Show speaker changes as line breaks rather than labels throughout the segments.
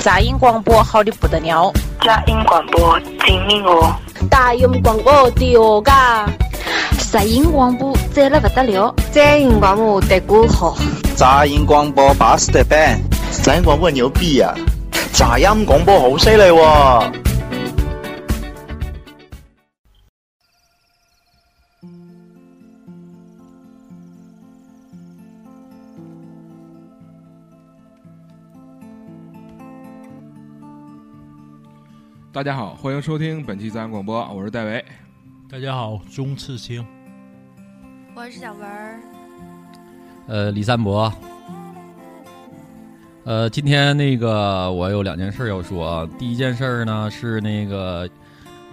杂音广播好的不得了，
佳音广播精明哦，
大音广播的哦嘎，
杂音广播赞了不得了，
杂音广播的歌好，
杂音广播巴适的板，
杂音广播牛逼啊！杂音广播好犀利喎！
大家好，欢迎收听本期杂音广播，我是戴维。
大家好，钟次清，
我是小文儿，
呃，李三博。呃，今天那个我有两件事要说啊。第一件事儿呢是那个呃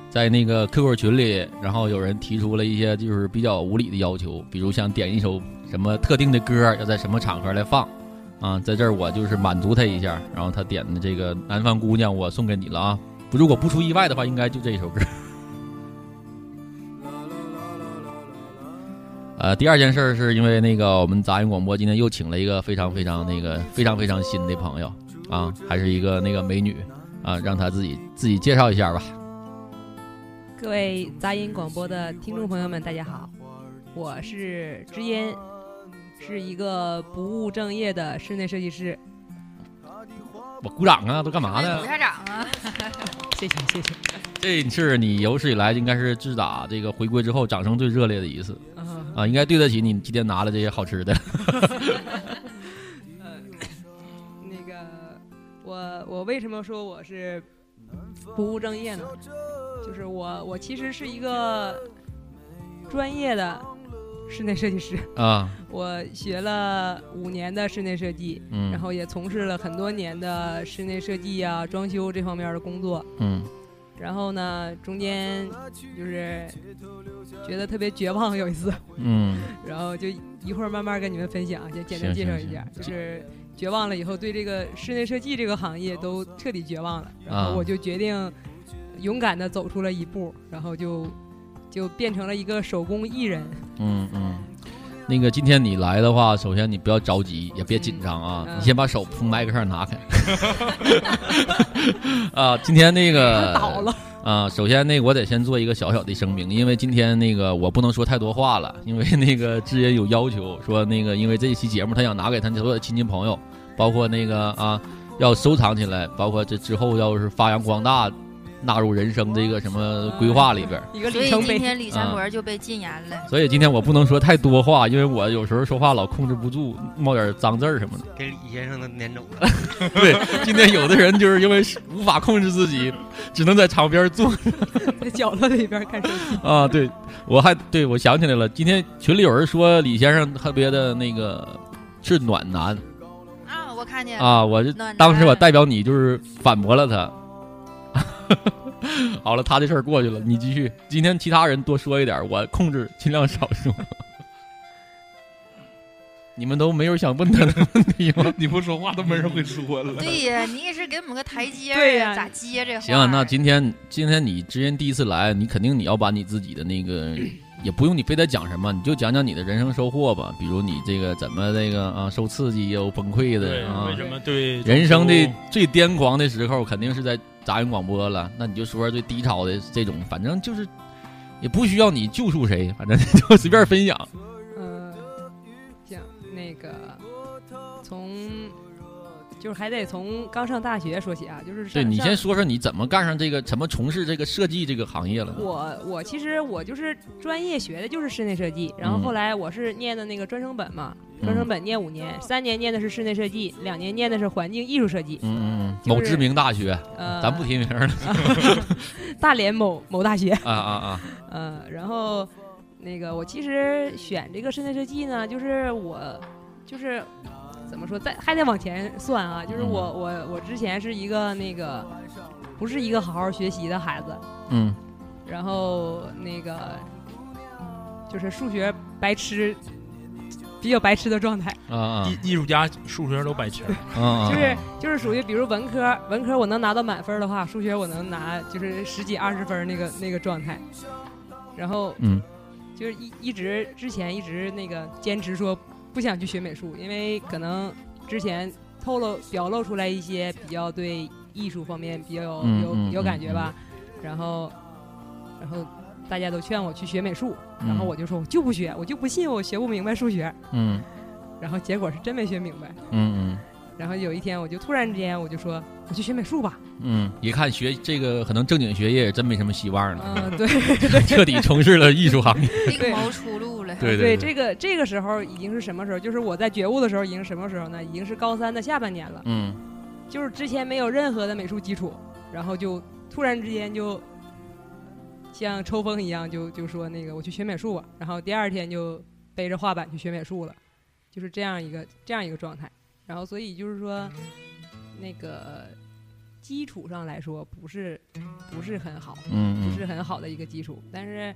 在那个 QQ 群里，然后有人提出了一些就是比较无理的要求，比如想点一首什么特定的歌，要在什么场合来放啊。在这儿我就是满足他一下，然后他点的这个《南方姑娘》，我送给你了啊。如果不出意外的话，应该就这一首歌。呃，第二件事儿是因为那个我们杂音广播今天又请了一个非常非常那个非常非常新的朋友啊，还是一个那个美女啊，让她自己自己介绍一下吧。
各位杂音广播的听众朋友们，大家好，我是知音，是一个不务正业的室内设计师。
我鼓掌啊，都干
哎
嘛呢
鼓？下掌啊！
谢谢谢谢。
这是你有史以来应该是自打这个回归之后掌声最热烈的一次
嗯、
啊，应该对得起你今天拿了这些好吃的。
呃，那个，我我为什么说我是不务正业呢？就是我我其实是一个专业的室内设计师，
啊，
我学了五年的室内设计，
嗯，
然后也从事了很多年的室内设计啊、装修这方面的工作。
嗯
然后呢，中间就是觉得特别绝望，有一次，
嗯
然后就一会儿慢慢跟你们分享，就简
行
单介绍
行
一下
行，
就是绝望了以后，对这个室内设计这个行业都彻底绝望了，然
啊
后我就决定勇敢的走出了一步，然后就就变成了一个手工艺人，
嗯嗯，那个今天你来的话，首先你不要着急，也别紧张啊，
嗯嗯
你先把手从麦克上拿开。 啊，今天那个
倒了，
啊、首先那个我得先做一个小小的声明，因为今天那个我不能说太多话了，因为 那个志爷有要求说那个，因为这一期节目他想拿给他所有的亲戚朋友，包括那个啊要收藏起来，包括这之后要是发扬光大，纳入人生这个什么规划里边儿。
一个
所
里
以
程
今
碑。
天
啊
李三博就被禁言了。
所以今天我不能说太多话，因为我有时候说话老控制不住，冒点脏字儿什么的。
给李先生都撵走了。
对，今天有的人就是因为是无法控制自己，只能在场边坐
在角落里边看手机，
啊。对，我还对我想起来了，今天群里有人说李先生特别的那个是暖男
啊，我看见了，
啊，我就
暖男
当时我代表你就是反驳了他。 好了，他的事儿过去了，你继续。今天其他人多说一点，我控制尽量少说。 你们都没有想问他的问题吗？
你不说话都没人会说了。
对呀，你也是给我们个台阶儿
对呀
咋接这话？
行啊，那今天今天你之前第一次来，你肯定你要把你自己的那 个，也不用你非得讲什么，你就讲讲你的人生收获吧，比如你这个怎么这个啊受刺激有崩溃的啊
为，什么对
人生的最癫狂的时候肯定是在杂音广播了，那你就说说最低潮的这种，反正就是也不需要你救赎谁，反正就随便分享。
嗯，行，那个从就是还得从刚上大学说起啊，就是上
对你
上
先说说你怎么干上这个，怎么从事这个设计这个行业了？
我我其实我就是专业学的就是室内设计，然后
嗯
后来我是念的那个专升本嘛，
嗯
专升本念五年，三年念的是室内设计，两年念的是环境艺术设计，
嗯嗯嗯，
就是
某知名大学，嗯
呃，
咱不提名了
大连某某大学，
啊啊啊！
呃，然后那个我其实选这个室内设计呢，就是我就是怎么说，再还得往前算啊，就是我我我之前是一个那个不是一个好好学习的孩子，
嗯
然后那个就是数学白痴，比较白痴的状态，
啊啊！
艺艺术家数学都白痴，
啊，
就是就是属于比如文科文科我能拿到满分的话，数学我能拿就是十几二十分那个那个状态，然后
嗯
就是一一直之前一直那个坚持说不想去学美术，因为可能之前透露表露出来一些比较对艺术方面比较有
嗯
有
嗯
有感觉吧，然后然后大家都劝我去学美术，然后
嗯
我就说我就不学，我就不信我学不明白数学，
嗯
然后结果是真没学明白。
嗯
然后有一天我就突然之间我就说我去学美术吧，
嗯嗯，一看学这个可能正经学业也真没什么希望了，
嗯，对，对
彻底从事了艺术行业。
另谋出路了。
对对
对，这个这个时候已经是什么时候？就是我在觉悟的时候已经是什么时候呢？已经是高三的下半年了。
嗯
就是之前没有任何的美术基础，然后就突然之间就像抽风一样，就就说那个我去学美术吧。然后第二天就背着画板去学美术了，就是这样一个这样一个状态。然后所以就是说，那个基础上来说不是不是很好，
嗯嗯
不是很好的一个基础。但是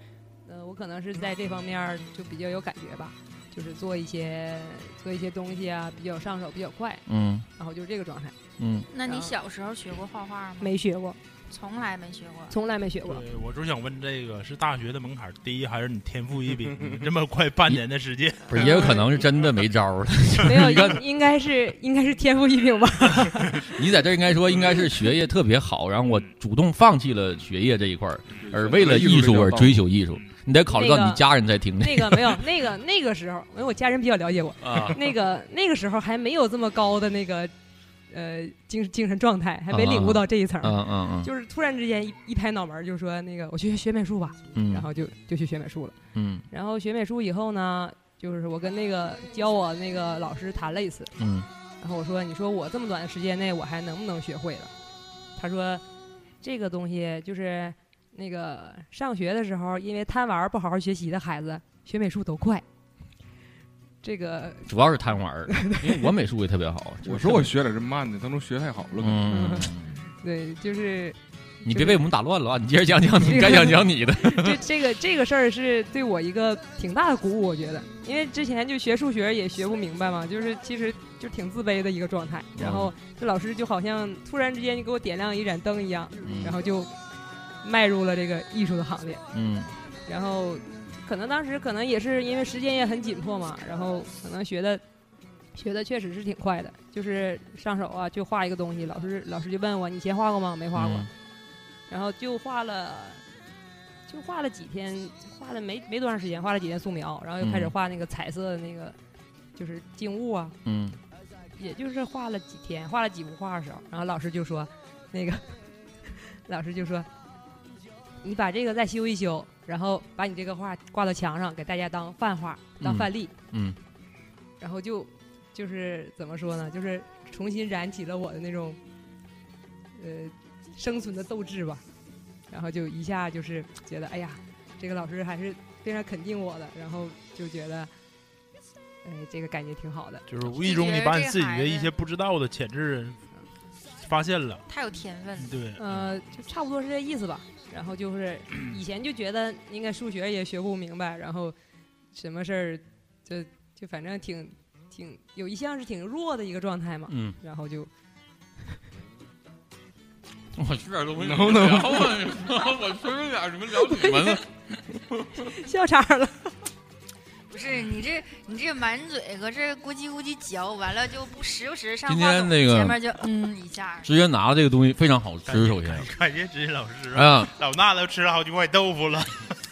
呃，我可能是在这方面儿就比较有感觉吧。就是做一些做一些东西啊，比较上手，比较快，
嗯，
然后就是这个状态。
嗯，
那你小时候学过画画吗？
没学过，
从来没学过。
从来没学过。
对，我就想问这个是大学的门槛低，还是你天赋异禀？你这么快半年的时间，
不是，也有可能是真的没招儿了。
没有，
你看
应应该是应该是天赋异禀吧？
你在这儿应该说应该是学业特别好，然后我主动放弃了学业这一块儿，
嗯
而为了艺术而追求艺术。你得考虑到
那
你
个
家人在听这
那个没有，那个那个时候，因为我家人比较了解我，
啊
那个那个时候还没有这么高的那个呃精精神状态，还没领悟到这一层。
嗯嗯嗯，
就是突然之间一一拍脑门儿就说那个我去学美术吧，
嗯
然后就就去学美术了。
嗯
然后学美术以后呢，就是我跟那个教我那个老师谈了一次，
嗯
然后我说：“你说我这么短的时间内，我还能不能学会了？”他说：“这个东西就是那个上学的时候，因为贪玩儿不好好学习的孩子，学美术都快。这个
主要是贪玩 儿，因为我美术也特别好。
我说我学点这慢的，当初学太好了。
嗯，
对，嗯就是嗯
你别被我们打乱了啊！你接着讲讲你该讲讲你的。
这这个这个事儿是对我一个挺大的鼓舞，我觉得，因为之前就学数学也学不明白嘛，就是其实就挺自卑的一个状态。然后这老师就好像突然之间就给我点亮一盏灯一样，
嗯
然后就迈入了这个艺术的行列。
嗯
然后可能当时可能也是因为时间也很紧迫嘛，然后可能学的学的确实是挺快的，就是上手啊就画一个东西，老师老师就问我你以前画过吗？没画过，
嗯
然后就画了。就画了几天，画了没没多长时间，画了几天素描，然后又开始
嗯
画那个彩色的那个，就是静物啊，
嗯
也就是画了几天，画了几幅画的时候，然后老师就说，那个老师就说，你把这个再修一修，然后把你这个画挂到墙上，给大家当范画，当
嗯
范例，
嗯
然后就就是怎么说呢，就是重新燃起了我的那种呃生存的斗志吧，然后就一下就是觉得，哎呀，这个老师还是非常肯定我的，然后就觉得，哎，这个感觉挺好的。
就是无意中你把你自己的一些不知道的潜质发现了。
太有天分
嗯
了。
对，
呃，就差不多是这意思吧。然 后就是以前就觉得应该数学也学不明白，然后什么事儿就就反正挺挺有一项是挺弱的一个状态嘛。
嗯
然后就
我这点 都没
能不能
聊啊？我说这点什么聊你们了？
笑场了。
不是你这你这满嘴搁这咕叽咕叽嚼，完了就不时不时上
今
话
天
筒
那个
前面就嗯一下。
直接拿了这个东西非常好吃，首先，
感谢指导老师啊
哎呀，
老衲都吃了好几块豆腐了。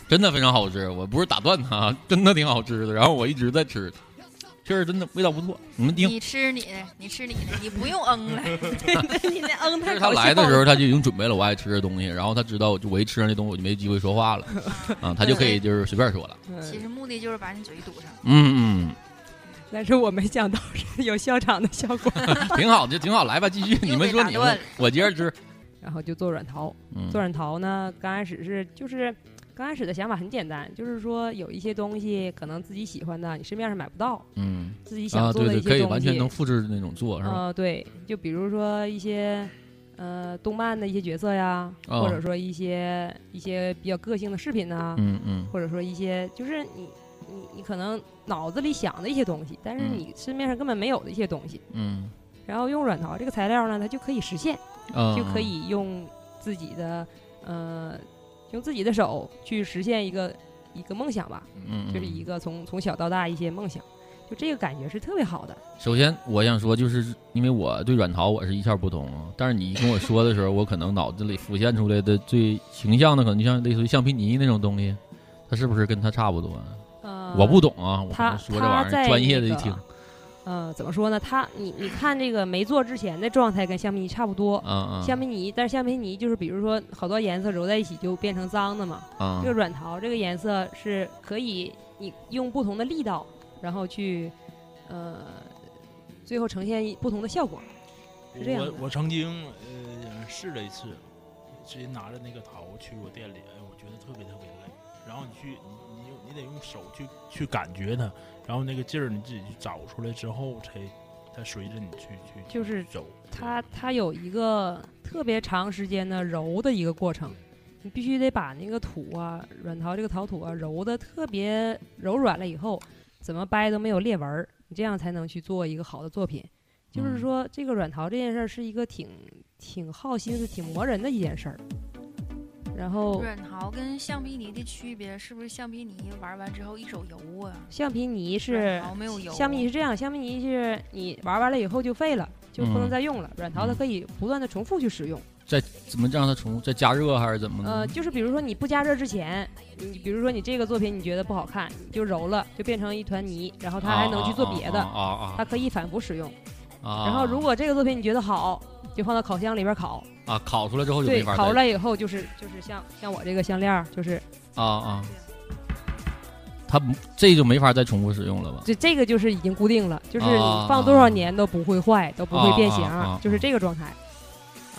真的非常好吃，我不是打断它啊，真的挺好吃的。然后我一直在吃，确实真的味道不错。你们听，
你吃你的，你吃你的，你不用嗯了。
你那
就
嗯
是
太
他
搞
来的
笑
时
了
候他就已经准备了我爱吃的东西，然后他知道就我一吃上这东西我就没机会说话 了，啊，他就可以就是随便说了。
嗯
其实目的就是把你嘴堵上。
嗯
但是我没想到是有笑场的效果。
嗯，挺好，就挺好。来吧，继续，你们说
打
你们
断
的，我接着吃。
然后就做软陶，
嗯
做软陶呢，刚开始是就是刚开始的想法很简单，就是说有一些东西可能自己喜欢的，你市面上买不到，
嗯，
自己
啊，
想做
对
的一
对，
些东西，
可以完全能复制那种做是吧？
呃，对，就比如说一些呃动漫的一些角色呀，
哦
或者说一些一些比较个性的饰品呐、
嗯嗯
或者说一些就是你你你可能脑子里想的一些东西，但是
嗯
你市面上根本没有的一些东西，
嗯，
然后用软陶这个材料呢，它就可以实现，
啊，
就可以用自己的呃用自己的手去实现一个一个梦想吧，
嗯，嗯
就是一个从从小到大一些梦想。就这个感觉是特别好的。
首先，我想说，就是因为我对软陶我是一窍不通啊，但是你跟我说的时候，我可能脑子里浮现出来的最形象的，可能就像类似于橡皮泥那种东西，它是不是跟它差不多啊？
呃，
我不懂啊，我不
他
能说这玩意
他在
儿专业的一
那个
听，
呃，怎么说呢？他你你看这个没做之前的状态跟橡皮泥差不多，
嗯嗯
橡皮泥，但是橡皮泥就是比如说好多颜色揉在一起就变成脏的嘛，
嗯
这个软陶这个颜色是可以你用不同的力道，然后去呃，最后呈现一不同的效果，是这样的
我我曾经呃试了一次，直接拿着那个桃去我店里，哎，我觉得特别特别累。然后你去，你你用你得用手去去感觉它，然后那个劲儿你自己去找出来之后，才它随着你去去
就是
走。
它它有一个特别长时间的揉的一个过程，你必须得把那个土啊，软陶这个陶土啊揉的特别柔软了以后，怎么掰都没有裂纹儿，你这样才能去做一个好的作品。就是
嗯
说，这个软陶这件事儿是一个挺挺耗心思、挺磨人的一件事儿。然
哦
后
软陶跟橡皮泥的区别是不是橡皮泥玩完之后一手油啊？
橡皮泥是
软陶没有油
橡皮泥是这样，橡皮泥是你玩完了以后就废了，就不能
嗯
再用了。软陶它可以不断的重复去使用。
再怎么让它重再加热还是怎么
呃，
的？
就是比如说你不加热之前，你比如说你这个作品你觉得不好看，你就揉了，就变成一团泥，然后它还能去做别的
啊，啊啊啊
它可以反复使用。
啊，
然后如果这个作品你觉得好，就放到烤箱里边烤。
啊烤出来之后就
对，
没法
烤出
再
来以后就是就是像像我这个项链儿，就是
啊啊，它不这就没法再重复使用了吧？
这这个就是已经固定了，就是
啊
你放多少年都不会坏，都不会变形，
啊啊啊
就是这个状态。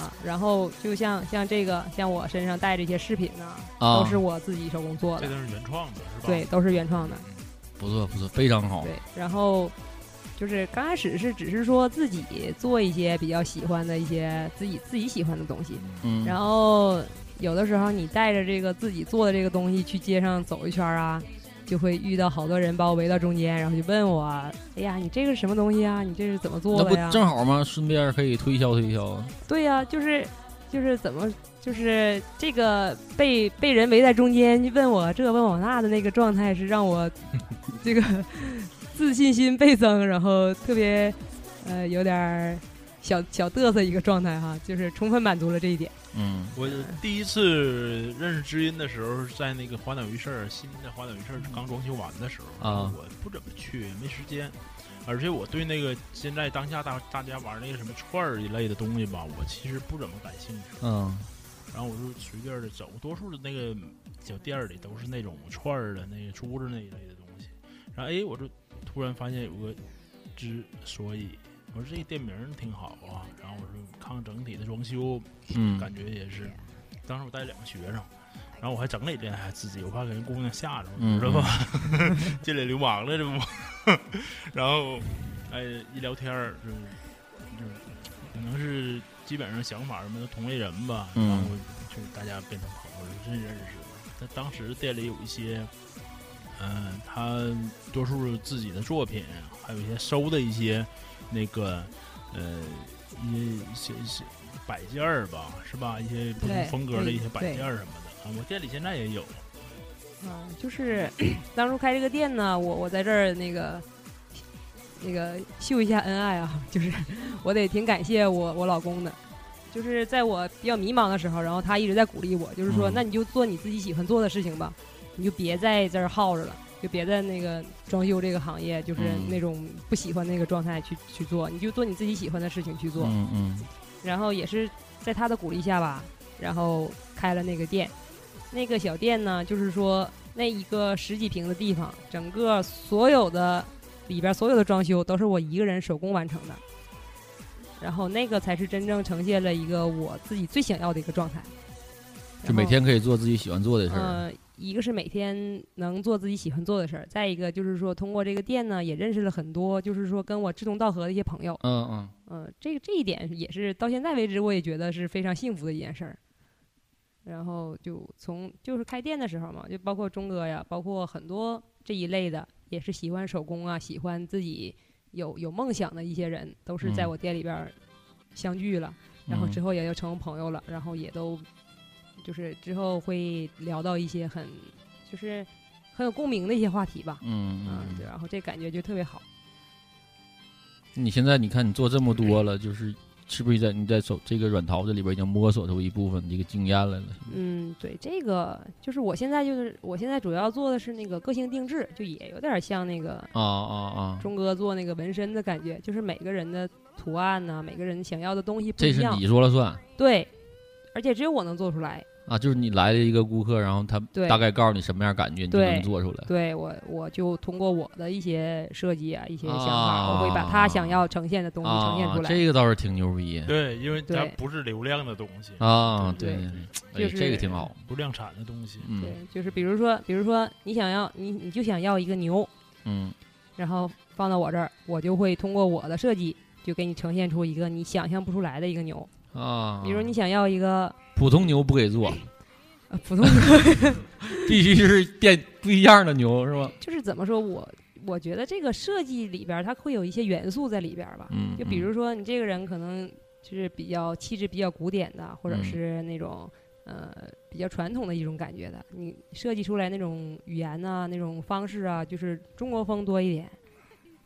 啊，然后就像像这个，像我身上戴这些饰品呢，
啊
都是我自己手工做
这
的
都，是原创的，是吧？嗯
对，都是原创的。
不错不错，非常好。
对，然后就是刚开始是只是说自己做一些比较喜欢的一些自己自己喜欢的东西，
嗯
然后有的时候你带着这个自己做的这个东西去街上走一圈儿啊，就会遇到好多人把我围到中间，然后就问我，哎呀，你这个是什么东西啊？你这是怎么做
那不
的呀？
正好吗？顺便可以推销推销啊。
对呀、就是就是怎么就是这个被被人围在中间问我这问我那的那个状态，是让我这个自信心倍增，然后特别呃有点儿小小嘚瑟一个状态哈，就是充分满足了这一点。
嗯，
我第一次认识知音的时候，是在那个滑岛鱼市儿新的滑岛鱼市儿刚装修完的时候，
啊
我不怎么去，没时间，而且我对那个现在当下大大家玩那个什么串儿一类的东西吧，我其实不怎么感兴趣。
嗯，
然后我就随便的走，多数的那个小店儿里都是那种串儿的、那个珠子那一类的东西。然后哎，我就突然发现有个之所以，我说这个店名儿挺好啊。然后我说看看整体的装修，
嗯
感觉也是。当时我带两个学生，然后我还整理这还自己，我怕给人姑娘吓着，
嗯
你知道吧？ 进来流氓了这不？然后哎一聊天儿就是就是可能是基本上想法什么的同类人吧，
嗯
然后就大家变成朋友了，真认识了。但当时店里有一些，嗯、他多数自己的作品，还有一些收的一些那个呃一些一些摆件儿吧，是吧？一些不同
对
风格的
对
一些摆
对
件儿什么的啊，我店里现在也有。
嗯，就是 当初开这个店呢，我我在这儿那个那个秀一下恩爱啊， 就是我得挺感谢我我老公的，就是在我比较迷茫的时候，然后他一直在鼓励我，就是说，
嗯
那你就做你自己喜欢做的事情吧，你就别在这儿耗着了。就别在那个装修这个行业，就是
嗯
那种不喜欢那个状态去、去做，你就做你自己喜欢的事情去做。
嗯嗯
然后也是在他的鼓励下吧，然后开了那个店。那个小店呢，就是说那一个十几平的地方，整个所有的里边所有的装修都是我一个人手工完成的，然后那个才是真正呈现了一个我自己最想要的一个状态。
就每天可以做自己喜欢做的事儿。
呃，一个是每天能做自己喜欢做的事儿，再一个就是说通过这个店呢，也认识了很多就是说跟我志同道合的一些朋友。
嗯嗯，
嗯，这这一点也是到现在为止，我也觉得是非常幸福的一件事儿。然后就从就是开店的时候嘛，就包括钟哥呀，包括很多这一类的，也是喜欢手工啊，喜欢自己有有梦想的一些人，都是在
嗯
我店里边儿相聚了，然后
嗯
之后也就成为朋友了，然后也都就是之后会聊到一些很就是很有共鸣的一些话题吧。
嗯
啊嗯，对，然后这感觉就特别好。
你现在你看你做这么多了，就是是不是在你在手这个软陶这里边已经摸索出一部分这个经验来了？
嗯，对，这个就是我现在就是我现在主要做的是那个个性定制，就也有点像那个
啊啊啊！
钟哥做那个纹身的感觉，就是每个人的图案呐、每个人想要的东西不
这
一
是
样。
你说了算
对，而且只有我能做出来。
啊，就是你来了一个顾客，然后他
对
大概告诉你什么样感觉，你就
对
能做出来。
对我，我就通过我的一些设计啊，一些想法，
啊
我会把他想要呈现的东西呈现
啊
出，来。
这个倒是挺牛逼
对，因为它
对
不是流量的东西
啊！
对
对，哎，
就是
这个挺好。
不量产的东西。
嗯
对，就是比如说，比如说你想要你你就想要一个牛，
嗯
然后放到我这儿，我就会通过我的设计，就给你呈现出一个你想象不出来的一个牛。
啊，
比如你想要一个、
普通牛不 给做，
呃普通牛，
必须是变不一样的牛是吧？
就是怎么说我。我觉得这个设计里边儿它会有一些元素在里边儿吧，
嗯
就比如说你这个人可能就是比较气质比较古典的，或者
嗯
是那种、呃比较传统的一种感觉的，你设计出来那种语言呐、那种方式啊，就是中国风多一点。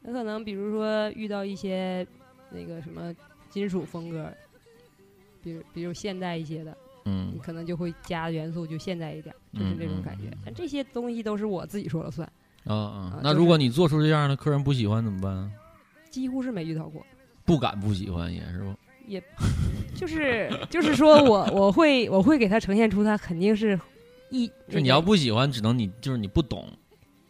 那可能比如说遇到一些那个什么金属风格，比如比如现代一些的，
嗯
你可能就会加元素就现代一点，就是
嗯
这种
嗯
感觉。但这些东西都是我自己说了算，
啊啊
啊！
那
就
如
是
果你做出这样的客人不喜欢怎么办啊？
几乎是没遇到过。
不敢不喜欢也是不？
也 就是就是说我我会我会给他呈现出他肯定是一
就你要不喜欢，只能你就是你不懂，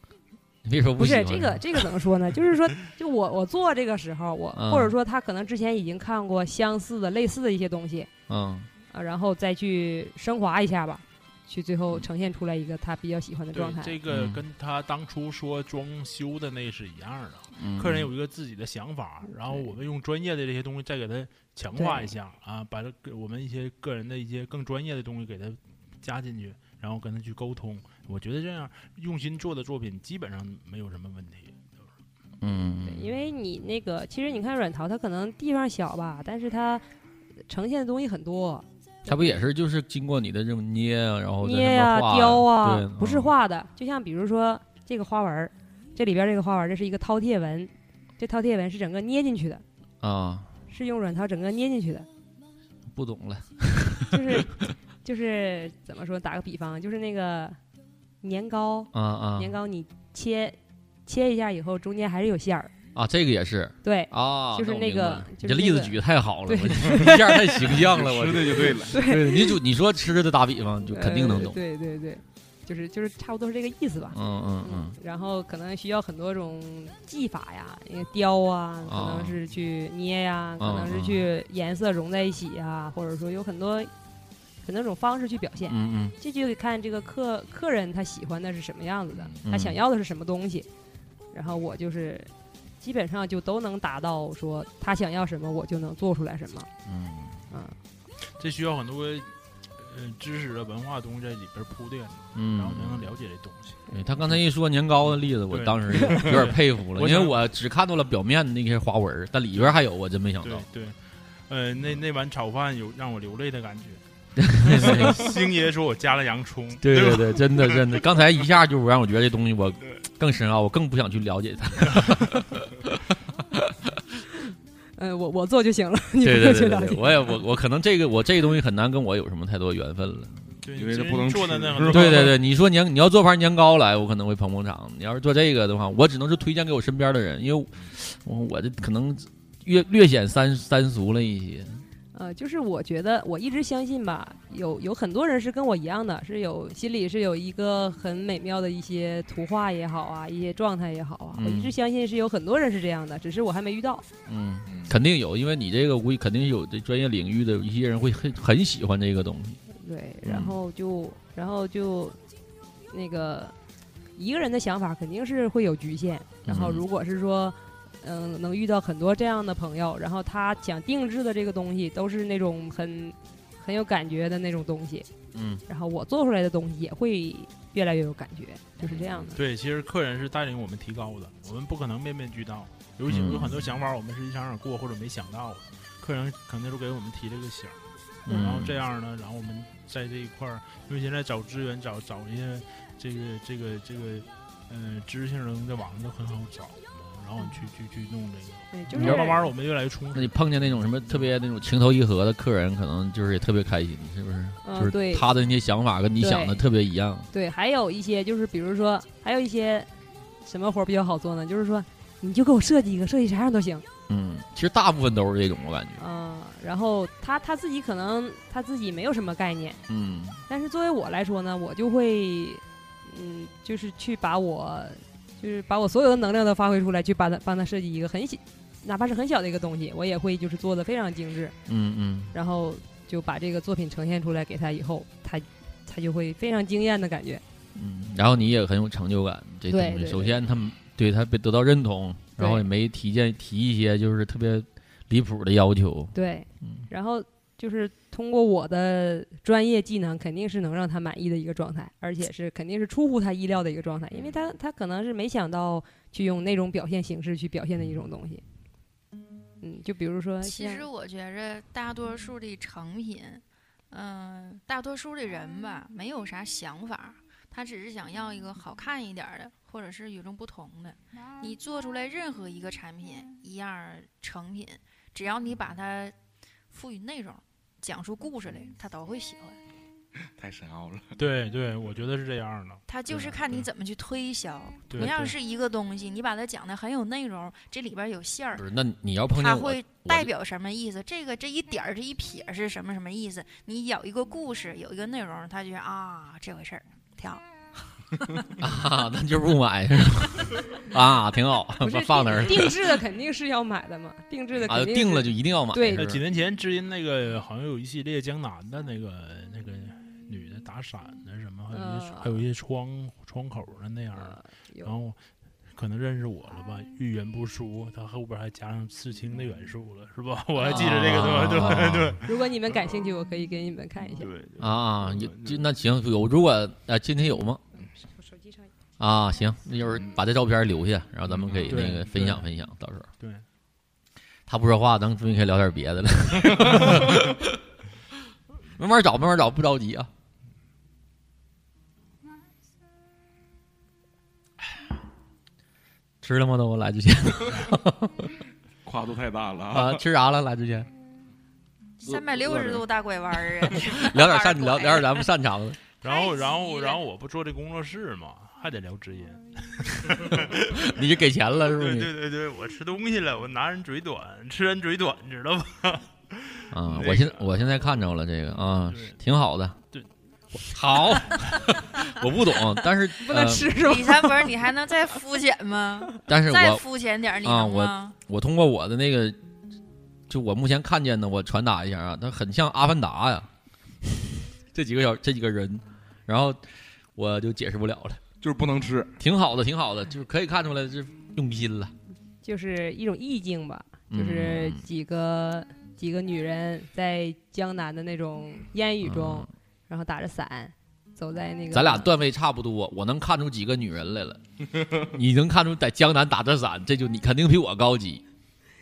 你别说
不
喜
是
欢。
这个这个怎么说呢？就 是说，就我我做这个时候，我、
嗯
或者说他可能之前已经看过相似的、类似的一些东西
嗯
啊，然后再去升华一下吧，去最后呈现出来一个他比较喜欢的
对
状态。，
这个
嗯
跟他当初说装修的那是一样的。
嗯
客人有一个自己的想法，然后我们用专业的这些东西再给他强化一下啊，把这个我们一些个人的一些更专业的东西给他加进去，然后跟他去沟通。我觉得这样用心做的作品基本上没有什么问题。
嗯
因为你那个，其实你看软陶，它可能地方小吧，但是它呈现的东西很多，
他不也是就是经过你的这么捏啊，然后在
捏
上
呀、
面画
雕
对嗯
啊，不是画的。就像比如说这个花纹儿，这里边这个花纹儿，这是一个饕餮纹，这饕餮纹是整个捏进去的，
啊，
是用软陶整个捏进去的。
不懂了。
就是 就是怎么说？打个比方，就是那个年糕，
啊啊
年糕你切切一下以后，中间还是有馅儿。
啊，这个也是
对
啊，
就是
那我
那
明白
个
了
就是
你这
那
例子
个
举得太好了，
对
我 一下太形象 了，我
吃的就对了
对，你就你说吃的打比方，就肯定能懂
呃。对对对，就是就是差不多是这个意思吧。
嗯嗯嗯，
然后可能需要很多种技法呀，那个雕啊，可
啊
能是去捏呀，可
嗯
能是去颜色融在一起呀，或者说有很多很多种方式去表现。
嗯嗯
这就得看这个客客人他喜欢的是什么样子的，
嗯
他想要的是什么东西。然后我就是基本上就都能达到，说他想要什么，我就能做出来什么。
嗯
嗯，
这需要很多呃知识啊、文化东西在里边铺垫，
嗯
然后才能了解这东西。
对他刚才一说年糕的例子，我
对
当时有点佩服了，
我
因为
想
我只看到了表面的那些花纹儿，但里边还有，我真没想到。
对对，呃，那那碗炒饭有让我流泪的感觉。星爷说我加了洋葱，
对
对
对
吧
对，真的真的，刚才一下就让我觉得这东西我更深奥，我更不想去了解它。
嗯，我我做就行了，你不
对
用
对
去
对
了
对
解
对，。我也我我可能这个我这个东西很难跟我有什么太多缘分了。
对
因为
其
这
实
不能
做的
吃
那
是
很
吧
多
对对对，你说年你要做盘年糕来，我可能会捧捧场。你要是做这个的话，我只能是推荐给我身边的人，因为我我这可能略略显三 三俗了一些。
呃，就是我觉得我一直相信吧，有有很多人是跟我一样的，是有心里是有一个很美妙的一些图画也好啊，一些状态也好啊，我一直
嗯
相信是有很多人是这样的，只是我还没遇到。
嗯，肯定有，因为你这个估计肯定有这专业领域的一些人会很很喜欢这个东西。
对，
嗯
然后就、然后就那个一个人的想法肯定是会有局限，然后
嗯
如果是说。嗯，能遇到很多这样的朋友，然后他想定制的这个东西都是那种很很有感觉的那种东西，
嗯，
然后我做出来的东西也会越来越有感觉，就是这样的。
对，其实客人是带领我们提高的，我们不可能面面俱到，有些
嗯
有很多想法我们是一场场过或者没想到的，客人肯定都给我们提了个醒儿，
嗯
然后这样呢，然后我们在这一块儿，因为现在找资源找找一些这个这个这个，呃，知识性的网上都很好找，然后去去去弄这个。
对，
就是
你要慢慢我们越来越充实。
那你碰见那种什么特别那种情投意合的客人，可能就是也特别开心，是不是？
嗯
就是
对
他的那些想法跟你想的
对
特别一样。
对，还有一些就是，比如说，还有一些什么活儿比较好做呢？就是说，你就给我设计一个，设计啥样都行。
嗯，其实大部分都是这种，我感觉。
嗯，然后他他自己可能他自己没有什么概念，
嗯，
但是作为我来说呢，我就会，嗯，就是去把我，就是把我所有的能量都发挥出来，去把他帮他设计一个很小，哪怕是很小的一个东西，我也会就是做的非常精致。
嗯嗯，
然后就把这个作品呈现出来给他以后，他他就会非常惊艳的感觉。
然后你也很有成就感。这
对
东西，
对
首
对
先他们对他被得到认同，然后也
对
没提见提一些就是特别离谱的要求。嗯
对，然后就是通过我的专业技能，肯定是能让他满意的一个状态，而且是肯定是出乎他意料的一个状态，因为他他可能是没想到去用那种表现形式去表现的一种东西。嗯，就比如说
其
像
实我觉着大多数的成品，嗯、大多数的人吧，没有啥想法儿，他只是想要一个好看一点儿的，或者是与众不同的。你做出来任何一个产品，一样儿成品，只要你把它赋予内容，讲出故事来，他都会喜欢。
太深奥了。
对对，我觉得是这样的。
他就
对
是看你怎么去推销。
对
同样
对
是一个东西，你把它讲的很有内容，这里边儿有馅儿
不。是，那你要碰见
它
我
会代表什么意思？这个这一点儿这一撇儿是什么什么意思？你有一个故事，有一个内容，他就觉得啊这回事儿挺好。
啊，那就不买是吧？ 啊，挺好
不是，
放那儿。
定定制的肯定是要买的嘛，定制的
啊
肯定
定
是
了就一定要买
对
呃，几年前知音那个好像有一系列江南的那个那个女的打伞的什么，还有一些、
嗯
还有一些窗窗口的那样的，然后可能认识我了吧，遇言不淑，他后边还加上刺青的元素了，是吧？ 我还记得这个，对吧？对对。
如果你们感兴趣，我可以给你们看一下。
啊，有就那行有，如果啊，今天有吗？
手机上
啊，行，那就是
嗯
把这照片留下，然后咱们可以
对
那个分享分享，到时候。
对。
他不说话，咱们终于可以聊点别的 了。慢慢找，慢慢找，不着急啊。吃了吗？都来之前
跨度太大了
啊， 吃啥了？来之前！
三百六十度大拐弯儿啊
聊点擅聊聊点咱们擅长的。
然后然后然后我不做这工作室嘛，还得聊知音。
嗯
你就给钱了是不是
对对对对，我吃东西了，我拿人嘴短，吃人嘴短，知道吧？
啊
那，
我现我现在看着了这个啊，是
嗯
挺好的。
对，
好， 我不懂，但是呃
李三伯，你还能再肤浅吗？
但是
再
我
肤浅点儿，你
啊，
能
我
吗？
我通过我的那个，就我目前看见的，我传达一下啊，它很像《阿凡达》呀， 这几个小这几个人，然后我就解释不了了，
就是不能吃，
挺好的，挺好的，就是可以看出来是用心了。
就是一种意境吧，
嗯
就是几个、几个女人在江南的那种烟雨中，然后打着伞走在那个。
嗯咱俩段位差不多，我能看出几个女人来了，你能看出在江南打着伞，这就你肯定比我高级。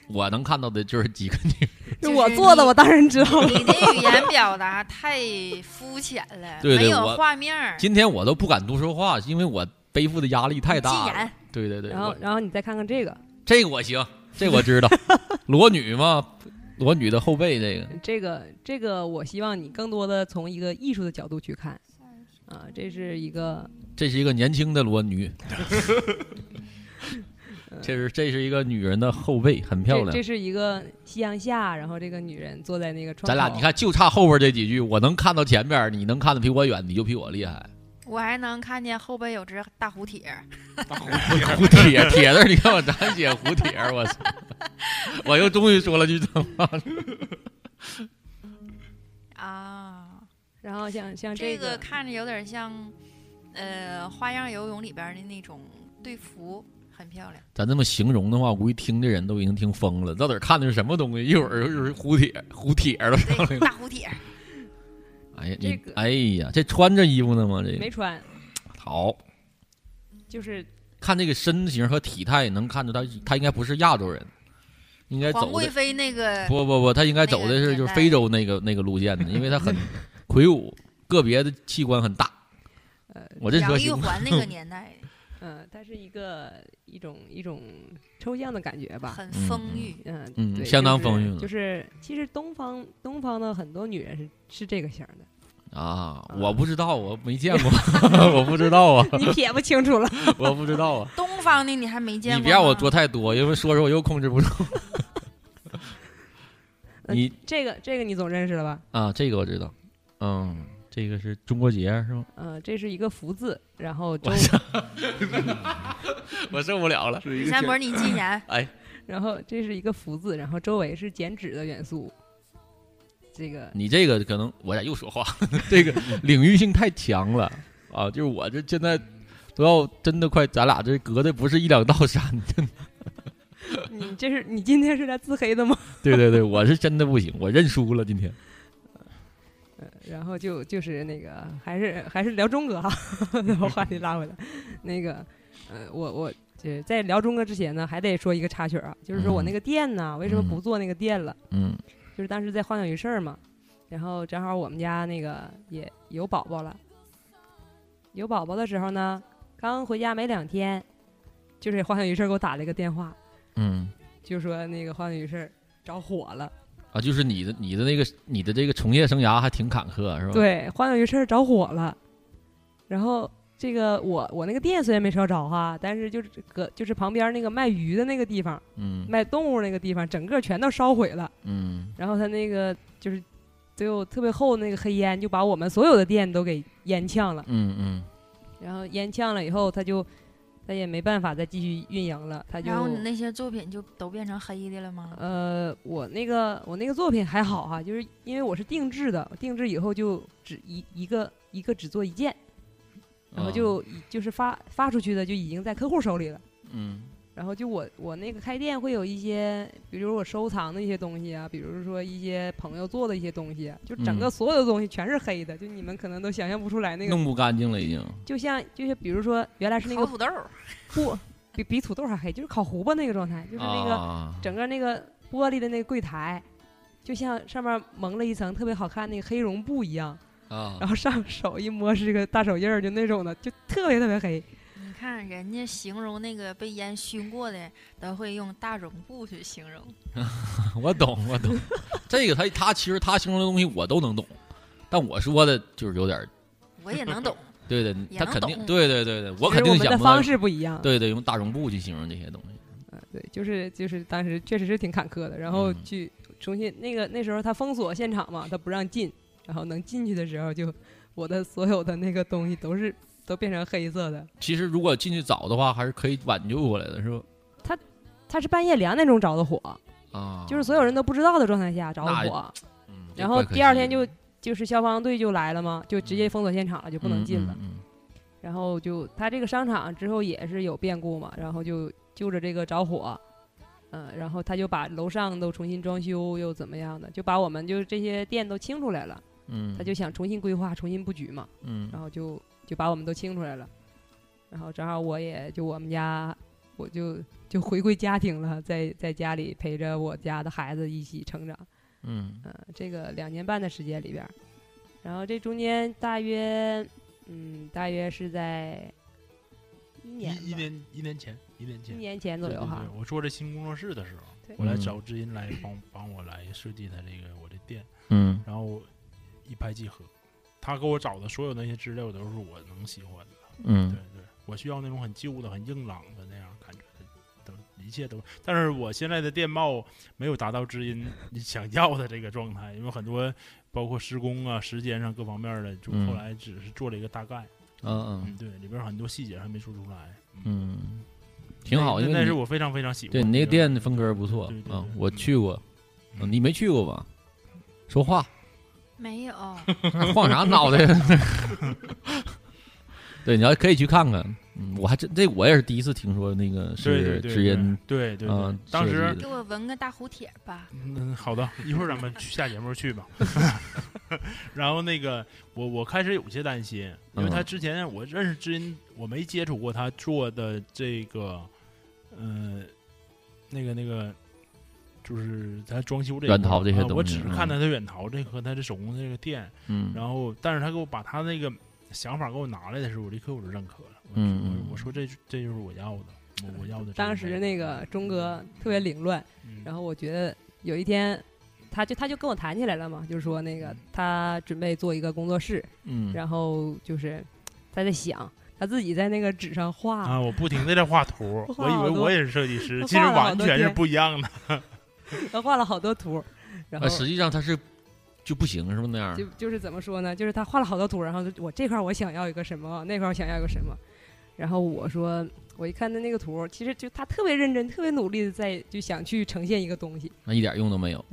我能看到的就是几个女人，
是我做的，我当然知道了。
你这语言表达太肤浅了，
对
没
对，
有
我
画面儿。
今天我都不敢多说话，因为我背负的压力太大
你禁
了
言。
对对对，
然后
我，
然后你再看看这个，
这个我行，这我 知道，裸女嘛，裸女的后背这个，
这个，这个，我希望你更多的从一个艺术的角度去看，啊，这是一个，
这是一个年轻的裸 女，这是这是一个女人的后背，很漂
这
亮
这。是一个夕阳下，然后这个女人坐在那个窗口。
咱俩你看，就差后边这几句，我能看到前边，你能看得比我远，你就比我厉害。
我还能看见后背有只大蝴蝶儿，
蝴蝶铁字儿，你看我咱写蝴蝶儿，我操！ 我又终于说了句真话。
啊。
然后像像
这
个，
看着有点像，呃，《花样游泳》里边儿的那种队服，很漂亮。
咱这么形容的话，我估计听的人都已经听疯了，到底看的是什么东西？一会儿又是蝴蝶，蝴蝶了上来了
大。蝴蝶儿
哎呀，你哎呀，这穿着衣服呢吗？这
没
个
穿，
好
就是
看这个身形和体态，能看出他他应该不是亚洲人，应该
皇
走
贵
的
妃那个
不不不，他应该走的
那
是
个
就
年
是
代
非洲那个那个路线的，因为他很魁梧，个别的器官很大。我这说
呃
杨玉
行吗
环那个年代的，
嗯，它是一个一种一种抽象的感觉吧，
很
丰裕
嗯
嗯
对
相当
就是
丰裕了
就是其实东方东方的很多女人是是这个型儿 的，
啊，
嗯
我不知道，我没见过， 我不知道啊，，
你撇不清楚了
我不知道啊，
东方的你还没见过
你
吗？
别让我多太多，因为说说我又控制不 住。你
这个这个你总认识了吧？
啊，这个我知道，嗯，这个是中国结是吗？
嗯、这是一个福字，然后周，
我受不了了。
李三伯，你禁 言。
哎，
然后这是一个福字，然后周围是剪纸的元素，这个
你这个可能我咋又说话？ 这个领域性太强了啊！就是我这现在都要真的快，咱俩这隔的不是一两道山， 真的。
你这是你今天是来自黑的吗？
对对对，我是真的不行，我认输了今天。
然后就就是那个，还是还是聊中哥哈， 然后话题拉回来，那个，呃，我我就是在聊中哥之前呢，还得说一个插曲啊，就是说我那个店呢，为什么不做那个店了？
嗯，
就是当时在花鸟鱼市儿嘛，然后正好我们家那个也有宝宝了，有宝宝的时候呢，刚回家没两天，就是花鸟鱼市儿给我打了一个电话，
嗯
就说那个花鸟鱼市儿着火了。
啊，就是你的你的那个你的这个从业生涯还挺坎坷是吧？，
对，花鸟鱼市儿着火了，然后这个我我那个店虽然没烧着哈，但是就是搁就是旁边那个卖鱼的那个地方，
嗯
卖动物那个地方，整个全都烧毁了。
嗯
然后他那个就是最后特别厚那个黑烟，就把我们所有的店都给烟呛了。
嗯嗯，
然后烟呛了以后，他就他也没办法再继续运营了，他就
然后你那些作品就都变成黑的了吗？
呃，我那个我那个作品还好哈、就是因为我是定制的，定制以后就只一一个一个只做一件，然后
啊
就、就是发发出去的就已经在客户手里了。
嗯
然后就我我那个开店会有一些，比如我收藏的一些东西啊，比如说一些朋友做的一些东西啊，就整个
嗯
所有的东西全是黑的，就你们可能都想象不出来那个
弄不干净了已经。
就像就是比如说原来是那个
烤土豆儿，
不比比土豆还黑，就是烤糊巴那个状态，就是那个、
啊
整个那个玻璃的那个柜台，就像上面蒙了一层特别好看那个黑绒布一样，
啊
然后上手一摸是个大手印儿，就那种的，就特别特别黑。
你看人家形容那个被烟熏过的，都会用大绒布去形容。
啊我懂，我懂。 这个他他其实他形容的东西我都能懂，但我说的就是有点儿，
我也能 懂，
对对，
也
他
能
肯定
懂
对对对对，我
只是
肯定
我们
想
的
不到
方式不一样
对对，用大绒布去形容这些东西。
对，就是就是当时确实是挺坎坷的，然后
嗯
去重新那个那时候他封锁现场嘛，他不让进，然后能进去的时候就我的所有的那个东西都是都变成黑色的。
其实如果进去早的话，还是可以挽救过来的，是吧？
他他是半夜两点钟着的火，
啊，
就是所有人都不知道的状态下着的
那
火，
嗯
然
怪
后
可
第二
惜
天就就是消防队就来了嘛，就直接封锁现场了，就不能进了。
嗯嗯
然后就他这个商场之后也是有变故嘛，然后就就着这个着火，嗯、然后他就把楼上都重新装修又怎么样的，就把我们就这些店都清出来了，
嗯
他就想重新规划、重新布局嘛，
嗯
然后就就把我们都清出来了，然后正好我也就我们家我就就回归家庭了，在在家里陪着我家的孩子一起成长，
嗯
嗯、这个两年半的时间里边儿，然后这中间大约，嗯，大约是在一年
一一年一年前，一年前，
一年前左右
对对
哈
对我做这新工作室的时候
对，
我来
嗯
找知音来帮帮我来设计他这个我的店，
嗯，
然后一拍即合，他给我找的所有那些资料都是我能喜欢的，
嗯
对对，我需要那种很旧的、很硬朗的那样感觉的，都一切都，但是我现在的电报没有达到知音想要的这个状态，因为很多包括施工啊、时间上各方面的，就
嗯
后来只是做了一个大概，
嗯嗯
对，里边很多细节还没说出来，
嗯，挺好，
那
因为
那
你
是我非常非常喜欢
对你那
这
个
个
店的风格不错啊，我
嗯
去过，啊你没去过吧？说话，
没有
那晃啥脑袋？ 对，你要可以去看看。嗯，我还真这我也是第一次听说那个
对对
是
对
知音，
对对对
啊
当
设
时
计
给我纹个大蝴蝶吧。
嗯，好的，一会儿咱们去下节目去 吧。 然后那个，我我开始有些担心，因为他
嗯
之前我认识知音，我没接触过他做的这个，呃，那个那个，就是他装修这一
软
块儿
陶这些
啊
东
我
西
只是看
嗯
他的软陶这和他的手工这个店，
嗯
然后但是他给我把他那个想法给我拿来的时候，我立刻我就认可了。我
嗯
我
嗯
我说这这就是我要的，我我要的这个。嗯
当时那个钟哥特别凌乱，然后我觉得有一天，他就他就跟我谈起来了嘛，就是说那个他准备做一个工作室，
嗯
然后就是他在想他自己在那个纸上画，
啊，我不停的在画图
画
我以
好
为
多
我也是设计师，
画
其实
了好
完
多
全是
天
不一样的。
他画了好多图，然后
呃，实际上他是就不行，是不是那样？
嗯
就就是怎么说呢？就是他画了好多图，然后就我这块儿我想要一个什么，那块儿我想要一个什么，然后我说我一看他那个图，其实就他特别认真、特别努力的在就想去呈现一 个东西，
那一点用都没有。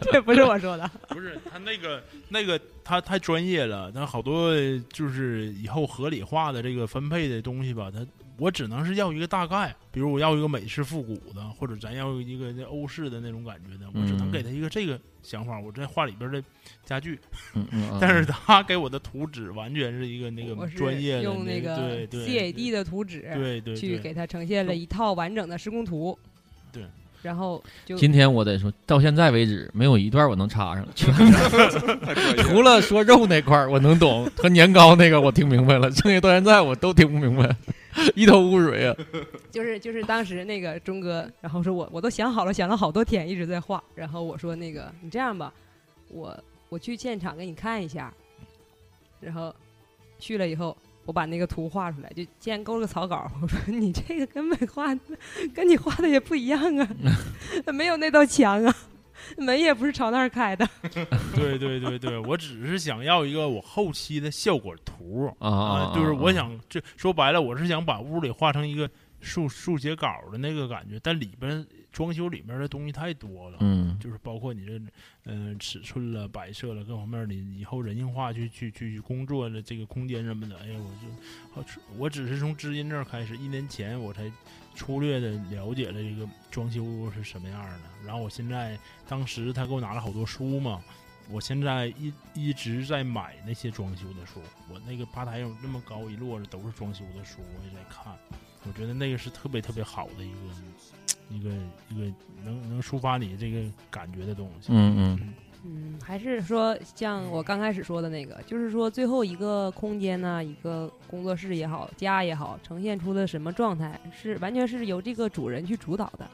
这不是我说的，
不是他那个那个他太专业了，但好多就是以后合理化的这个分配的东西吧，他我只能是要一个大概，比如我要一个美式复古的，或者咱要一个那欧式的那种感觉的，我只能
嗯
给他一个这个想法。我在画里边的家具，
嗯嗯嗯
但是他给我的图纸完全是一个 那
我
个
是
专业的
用
那
个
对对
CAD 的图纸，
对对
去
对
给他呈现了一套完整的施工图，
对，
然后就
今天我得说到现在为止，没有一段我能插上，全 除了说肉那块儿我能懂，和年糕那个我听明白了，剩下到现在我都听不明白，一头雾水啊。
就是就是当时那个钟哥，然后说我我都想好了，想了好多天，一直在画。然后我说那个你这样吧，我我去现场给你看一下。然后去了以后，我把那个图画出来，就先勾了个草稿。我说你这个根本画的跟你画的也不一样啊，没有那道墙啊，门也不是朝那儿开的。
对对对对，我只是想要一个我后期的效果图
啊啊啊
就是我
啊
想这说白了，我是想把屋里画成一个速速写稿的那个感觉，但里边装修里边的东西太多了，
嗯
就是包括你这嗯、呃尺寸了、摆设了各方面儿，你以后人性化去去去工作的这个空间什么的，哎呀，我就好吃我只是从知音这儿开始，一年前我才粗略的了解了这个装修是什么样儿的，然后我现在当时他给我拿了好多书嘛。我现在一一直在买那些装修的书，我那个吧台有那么高一摞的都是装修的书，我也在看。我觉得那个是特别特别好的一个一个一个能能抒发你这个感觉的东西。
嗯嗯
嗯，还是说像我刚开始说的那个，就是说最后一个空间呢，一个工作室也好，家也好，呈现出的什么状态，是完全是由这个主人去主导的。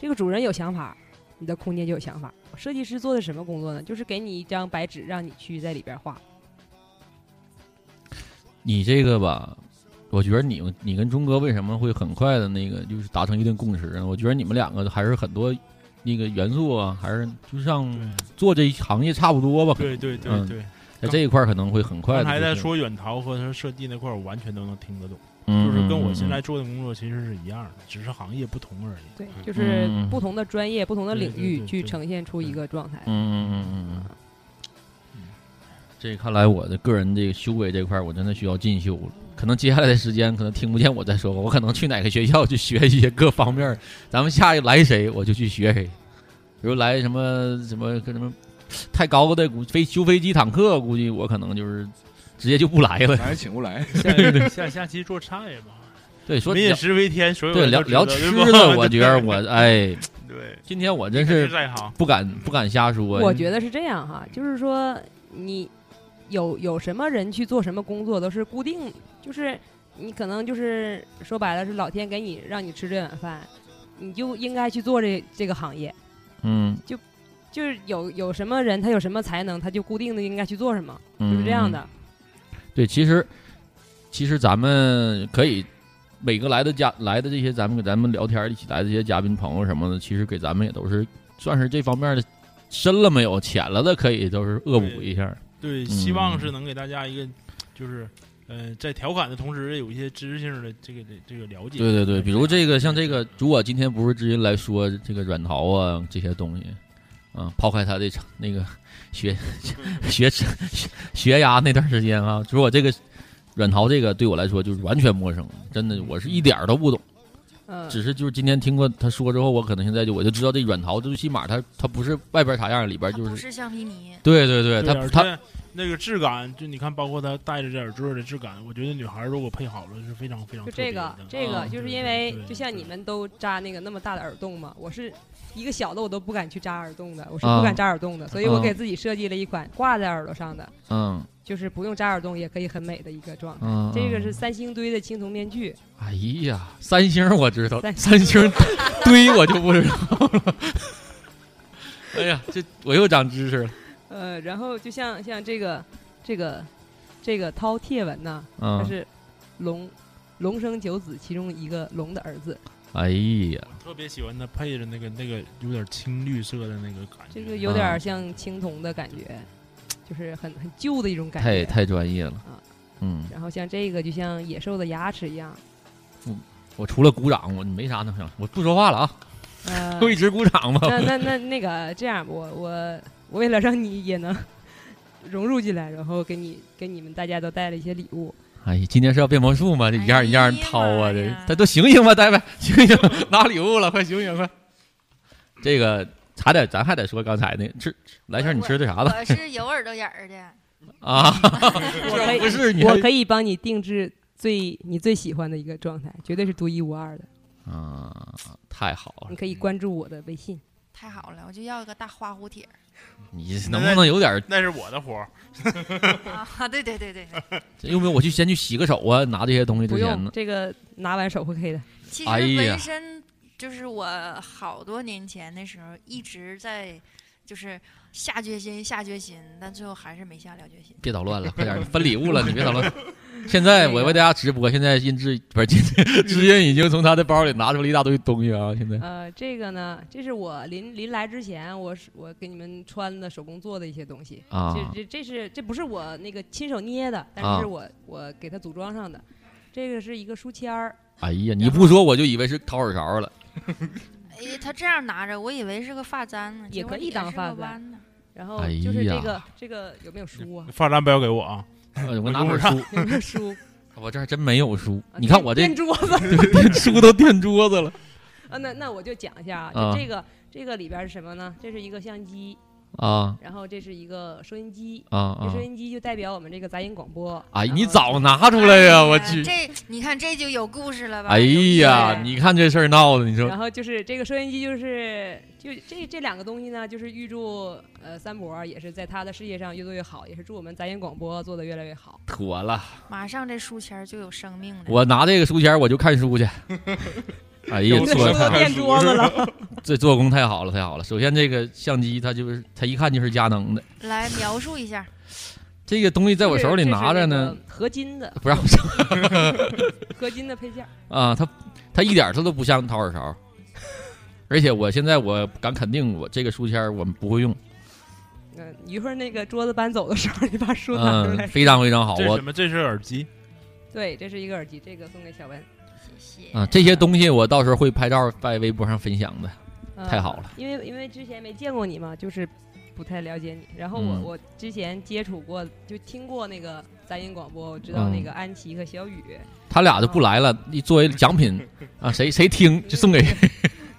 这个主人有想法，你的空间就有想法。设计师做的什么工作呢？就是给你一张白纸，让你去在里边画。
你这个吧，我觉得你们你跟钟哥为什么会很快的那个就是达成一定共识呢？我觉得你们两个还是很多那个元素啊，还是就像做这一行业差不多吧。
对对对
嗯
对
在这一块儿可能会很快
刚
的。
才在说远淘和他设计那块儿，我完全都能听得懂，
嗯
就是跟
嗯
我
嗯
现在
嗯
做的工作其实是一样的，只是行业不同而已。
对，就是
嗯
不同的专业、不同的
对
领
对
域
对
去
对
呈现出一个状态。
嗯嗯嗯嗯。这看来我的个人这个修为这块儿，我真的需要进修了。可能接下来的时间，可能听不见我在说话，我可能去哪个学校去学一些各方面儿。咱们下一来谁，我就去学谁。比如来什么什么跟什么太高的估飞修飞机、坦克，估计我可能就是直接就不来了。
来请不来
下下下期做菜吧。
对，说
民以
聊
食为天，所有
对
人
聊
都
聊
知
吃
道对吧
的，我觉得我哎，
对，
今天我真
你肯
是
定在行
不敢不敢瞎说。
我觉得是这样
嗯
哈，就是说你有有什么人去做什么工作都是固定，就是你可能就是说白了是老天给你让你吃这碗饭，你就应该去做这这个行业。
嗯
就就是有有什么人他有什么才能，他就固定的应该去做什么，
嗯
就是这样的。
对，其实其实咱们可以每个来的嘉来的这些咱们给咱们聊天儿一起来的这些嘉宾朋友什么的，其实给咱们也都是算是这方面的深了没有，浅了的可以都是恶补一下儿。
对，
嗯
希望是能给大家一个，就是，呃，在调侃的同时，有一些知识性的这个这个了解。
对对对，比如这个像这个，如果今天不是知音来说这个软陶啊这些东西，啊，抛开他的成那个 学学学学涯那段时间啊，如果这个软陶这个对我来说就是完全陌生，真的我是一点儿都不懂。
嗯
只是就是今天听过他说之后，我可能现在就我就知道这软陶最起码它它不是外边啥样，里边就
不
是
是橡皮 泥，
对对对，它
而
它
且那个质感，就你看，包括它戴着这耳坠的质感，我觉得女孩如果配好了是非常非常
就
特别
这
的
个，这个
嗯
就是
对
因为
对，
就像你们都扎那个那么大的耳洞嘛，我是一个小的我都不敢去扎耳洞的，我是
啊
不敢扎耳洞的，所以我
嗯
给自己设计了一款挂在耳朵上的，
嗯
就是不用扎耳洞也可以很美的一个状态。
嗯
这个是三星堆的青铜面具，
哎呀，三星我知道，
三
三 星堆我就不知道了。 哎呀，这我又长知识了。
呃，然后就像像这个这个这个饕餮纹呐，
嗯
它是龙龙生九子其中一个龙的儿子，
哎呀，
特别喜欢它配着那个那个有点青绿色的那个感觉，
就是有
嗯
点儿像青铜的感觉，就是很很旧的一种感
太
觉。
太专业了
啊。
嗯，
然后像这个就像野兽的牙齿一样，
我除了鼓掌，我没啥能想，我不说话了啊，
呃，
就一直鼓掌吧。
那那那那个这样，我我我为了让你也能 融入进来，然后给你给你们大家都带了一些礼物。
哎呀，今天是要变魔术吗？这一样一样掏啊，这大都醒醒吧，大伯， 醒醒，拿礼物了，快醒醒快！这个还得咱还得说刚才那吃，来仙儿你吃的啥了？
我是有耳朵眼儿的，
啊，
我可以，
不是你还
我可以帮你定制最你最喜欢的一个状态，绝对是独一无二的。
啊，太好了，
你可以关注我的微信。
太好了，我就要一个大花蝴蝶 儿
你能不能有点儿？
那是我的活儿，
啊！对对对对，
用不用我去先去洗个手啊？拿这些东西之
不
前
用
呢？
这个拿完手会黑的。
其实
哎呀
纹身就是我好多年前的时候一直在，就是下决心下决心，但最后还是没下了决心。
别捣乱了，快点儿分礼物了，你别捣乱。现在我为大家直播，现在音质不是今天知音已经从他的包里拿出了一大堆东西啊！现在
呃，这个呢，这是我临临来之前，我是我给你们穿的手工做的一些东西。
啊
这这这是这不是我那个亲手捏的，但
啊
是是我、我给它组装上的。这个是一个书签儿，
哎呀，你不说我就以为是掏耳勺了。
哎，他这样拿着，我以为是个发簪呢，
也
结果
可以当
是个
发簪
弯呢。
然后
哎呀
就是这个、这个有没有书啊？
发簪不要给我啊！
呃我
我
拿本
上
书，
有没 有书？
我这还真没有书。
啊
你看我这
垫桌子
对 书都垫桌子了。
啊，那那我就讲一下啊，
啊
就这个、这个里边是什么呢？这是一个相机
啊，
然后这是一个收音机
啊啊
这收音机就代表我们这个杂音广播。
哎，你早拿出来呀！我
哎
去，
这你看这就有故事了吧？
哎
啊
呀，你看这事儿闹的，你说
然后就是这个收音机，就是就这这两个东西呢，就是预祝呃三伯儿也是在他的事业上越做越好，也是祝我们杂音广播做得越来越好。
妥了。
嗯
马上这书签儿就有生命了。
我拿这个书签儿我就看书 去。哎呀，
这
做
书
得
都
太
垫桌子了。
这做工太好了，太好了。首先，这个相机它就是它一看就是佳能的，
来描述一下，
这个东西在我手里
这是
拿着
这
呢
是，那个合金的，
不让我上
合金的配件儿。
啊，它它一点儿它都不像掏耳勺，而且我现在我敢肯定，我这个书签儿我们不会用，
嗯、一会儿那个桌子搬走的时候，你把书拿出来。
嗯，非常非常好。
这是
我
什么？这是耳机，
对，这是一个耳机，这个送给小文。
谢谢。
啊，这些东西我到时候会拍照在微博上分享的。
呃
太好了，
因为因为之前没见过你嘛，就是不太了解你。然后我、
嗯
我之前接触过，就听过那个杂音广播，我知道
嗯
那个安琪和小雨。
他俩就不来了，你作为奖品啊，谁谁听就送给谁。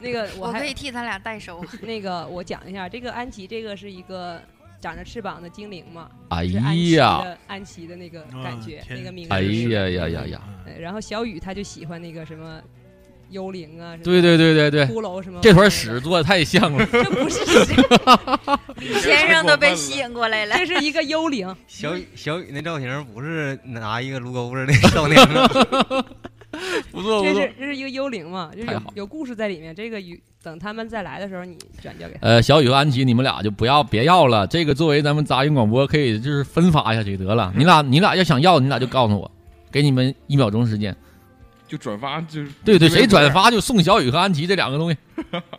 那个 我
我可
还
以替他俩代 收。
那个我讲一下，这个安琪这个是一个长着翅膀的精灵嘛，
哎
是安琪
呀，
的安琪的那个感觉
啊，天
那个名字。
哎呀呀呀呀！
嗯
对然后小雨他就喜欢那个什么幽灵啊，什么
对对对对对，
骷髅什么。
这坨 屎做的太像了。
这不是屎，
先生都被吸引过来了。
这是一个幽灵。
小雨小雨那造型不是拿一个撸钩子那少年吗？
不错
这是这是一个幽灵嘛，就是
太
有
好
有故事在里面。这个有等他们再来的时候，你转交给他。，
呃，小雨和安琪，你们俩就不要别要了。这个作为咱们杂音广播，可以就是分发下去得了。你俩你俩要想要，你俩就告诉我，给你们一秒钟时间。
就转发就是
对对，谁转？发就送小雨和安琪这两个东西。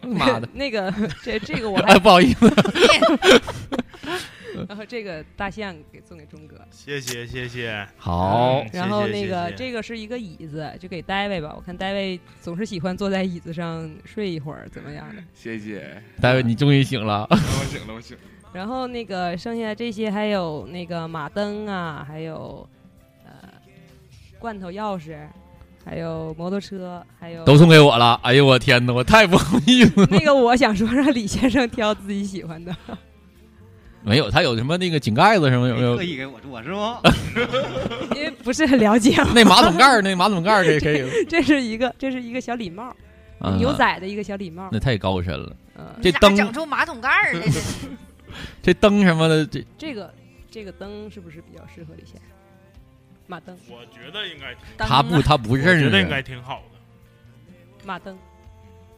妈的
那个这这个我
哎，
还，
不好意思，
然后 这个大象给送给钟哥。
谢谢谢谢。
好
嗯，
然后
谢
那个
谢谢谢
这个是一个椅子，就给戴维吧。我看戴维总是喜欢坐在椅子上睡一会儿，怎么样的？
谢谢，
大卫，你终于醒了。
我醒了，我醒了。
然后那个剩下这些还有那个马灯啊，还有呃罐头钥匙，还有摩托车，还有
都送给我了，哎呦我天哪，我太不好意思了。
那个我想说让李先生挑自己喜欢的。
没有，他有什么那个井盖子什么有没有
特？意给我做是吗？
因为不是很了解啊我。
那马桶盖儿，那马桶盖儿这可以。
这是一个，这是一个小礼帽，
啊
牛仔的一个小礼帽
那。太高深了。
嗯、
这
你咋
灯
整出马桶盖儿来了？
这灯什么的，这
这个这个灯是不是比较适合李现？马灯，
我觉得应该挺
灯他不啊他不认识
我觉得应该挺好的。
马灯，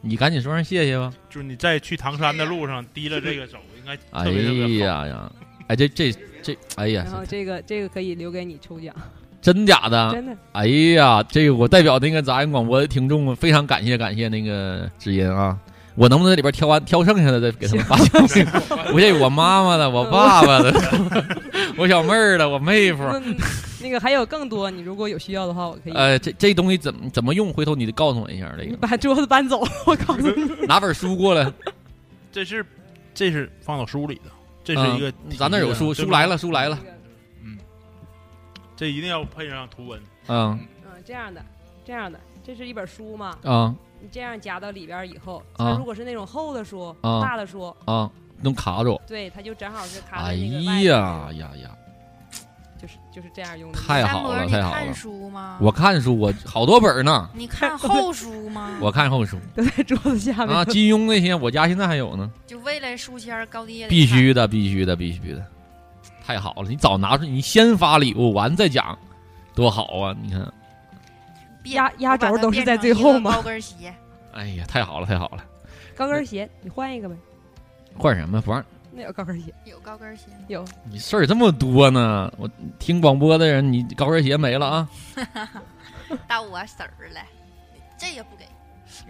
你赶紧说声谢谢吧。
就是你在去唐山的路上提了这个走，应该
哎
特别特别
呀呀，哎这这这，哎呀
然，后这个这个可以留给你抽奖。
真假的？
真的。
哎呀，这个我代表那个杂音广播的听众，非常感谢感谢那个知音啊！我能不能在里边挑完挑剩下的再给他们发消息？我这我妈妈的，我爸爸的， 我小妹儿的，我妹夫。
那嗯那个还有更多，你如果有需要的话，我可以
呃，这这东西怎么怎么用？回头你得告诉我一下。这个
把桌子搬走。我告诉 你，
拿本书 过来，
这是这是放到书里的，这
嗯
是一个题啊、
咱那儿有书，
对吧
书来了，，书来了。
这一定要配上图文。
嗯
嗯，这样的，这样的，这是一本书嘛？
啊
你这样夹到里边儿以后，
啊
它如果是那种厚的书、
啊
大的书，
啊，能卡住。
对，它就正好是卡
哎
在那个外面，
呀呀呀！
就是就是这样用的。
太好
博
了，
你
太好了
看书吗！
我看书，我好多本呢。
你看厚书吗？
我看后书
都在桌子下 面
啊，金庸那些，我家现在还有呢。
就为了书签儿高低也得
必须
看
的，必须的，必须的。太好了，你早拿出，你先发礼物，完再讲，多好啊！你看，
压压轴都是在最
我把它变成
后
一个
吗
高？跟鞋，
哎呀，太好了，太好了！
高跟鞋，你换一个呗。
换什么不让？
那有高跟鞋，
有高跟鞋，
有
你事儿这么多呢，我听广播的人，你高跟鞋没了啊？
到我婶儿了，这也不给。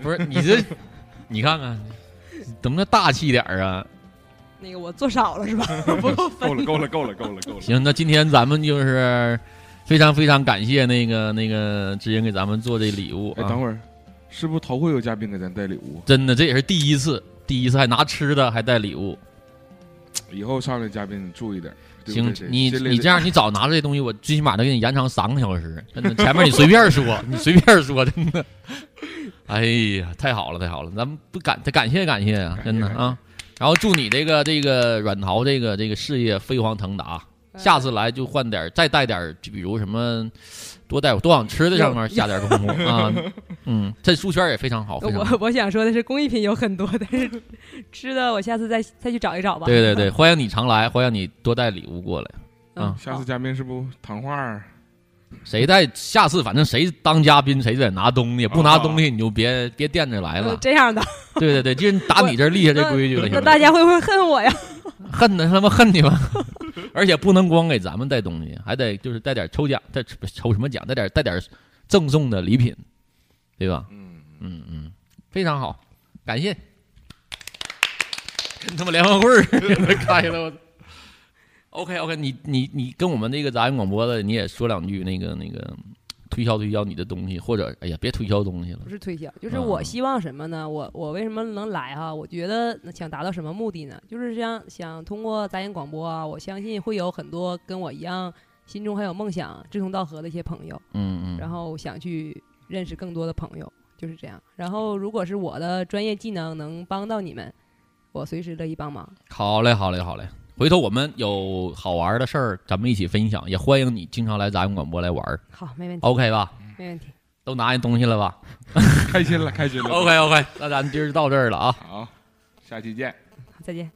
不是你这，你看看，怎么能大气点儿啊？
那个我做少了 是吧？不够分。
够了，够了，够了，够了，够了。
行，那今天咱们就是非常非常感谢那个那个知音给咱们做这礼物
哎，
啊。
等会儿，是不是头回有嘉宾给咱带礼物？
真的，这也是第一次，第一次还拿吃的，还带礼物。
以后上来嘉宾你注意点。对不
行
对，这
你
这类
你
的
这样，你早拿着这东西，我最起码能给你延长三个小时。真的，前面你随便说，你随便说，真的。哎呀，太好了，太好了，咱们不感得感谢感谢啊，真的啊。然后祝你这个这个软陶这个这个事业飞黄腾达，啊下次来就换点儿再带点儿，就比如什么多带多往吃的上面下点儿功夫啊。嗯，这书圈也非常好，非常好。
呃我我想说的是，工艺品有很多，但是吃的我下次再再去找一找吧。
对对啊对，欢迎你常来，欢迎你多带礼物过来。
嗯
啊、
下次嘉宾是不糖画儿？
谁带下次反正谁当嘉宾谁得拿东西，不拿东西你就别、别惦着来
呃
了。
这样的，
对对对，就是打你这儿立下这规矩了。
那
行
大家会不会恨我呀？
恨的他妈恨你吧，而且不能光给咱们带东西，还得就是带点抽奖，带抽什么奖，带点带点赠送的礼品，对吧？
嗯
嗯嗯，非常好，感谢。 跟他妈联欢会儿 似的开了我。OK OK，你你你跟我们那个杂音广播的，你也说两句那个那个推销推销你的东西，或者哎呀别推销东西了
不，是推销，
啊
就是我希望什么呢？我我为什么能来哈、我觉得想达到什么目的呢？就是想想通过杂音广播啊，我相信会有很多跟我一样心中还有梦想、志同道合的一些朋友，
嗯嗯，
然后想去认识更多的朋友，就是这样。然后如果是我的专业技能能帮到你们，我随时乐意帮忙。
好嘞，好嘞，好嘞。回头我们有好玩的事儿，咱们一起分享，也欢迎你经常来咱们广播来玩儿
好，没问题
OK 吧？
没问题。
都拿人东西了吧？
开心了，开心了。
OK，OK，那咱今儿到这儿了啊。
好，下期见。
再见。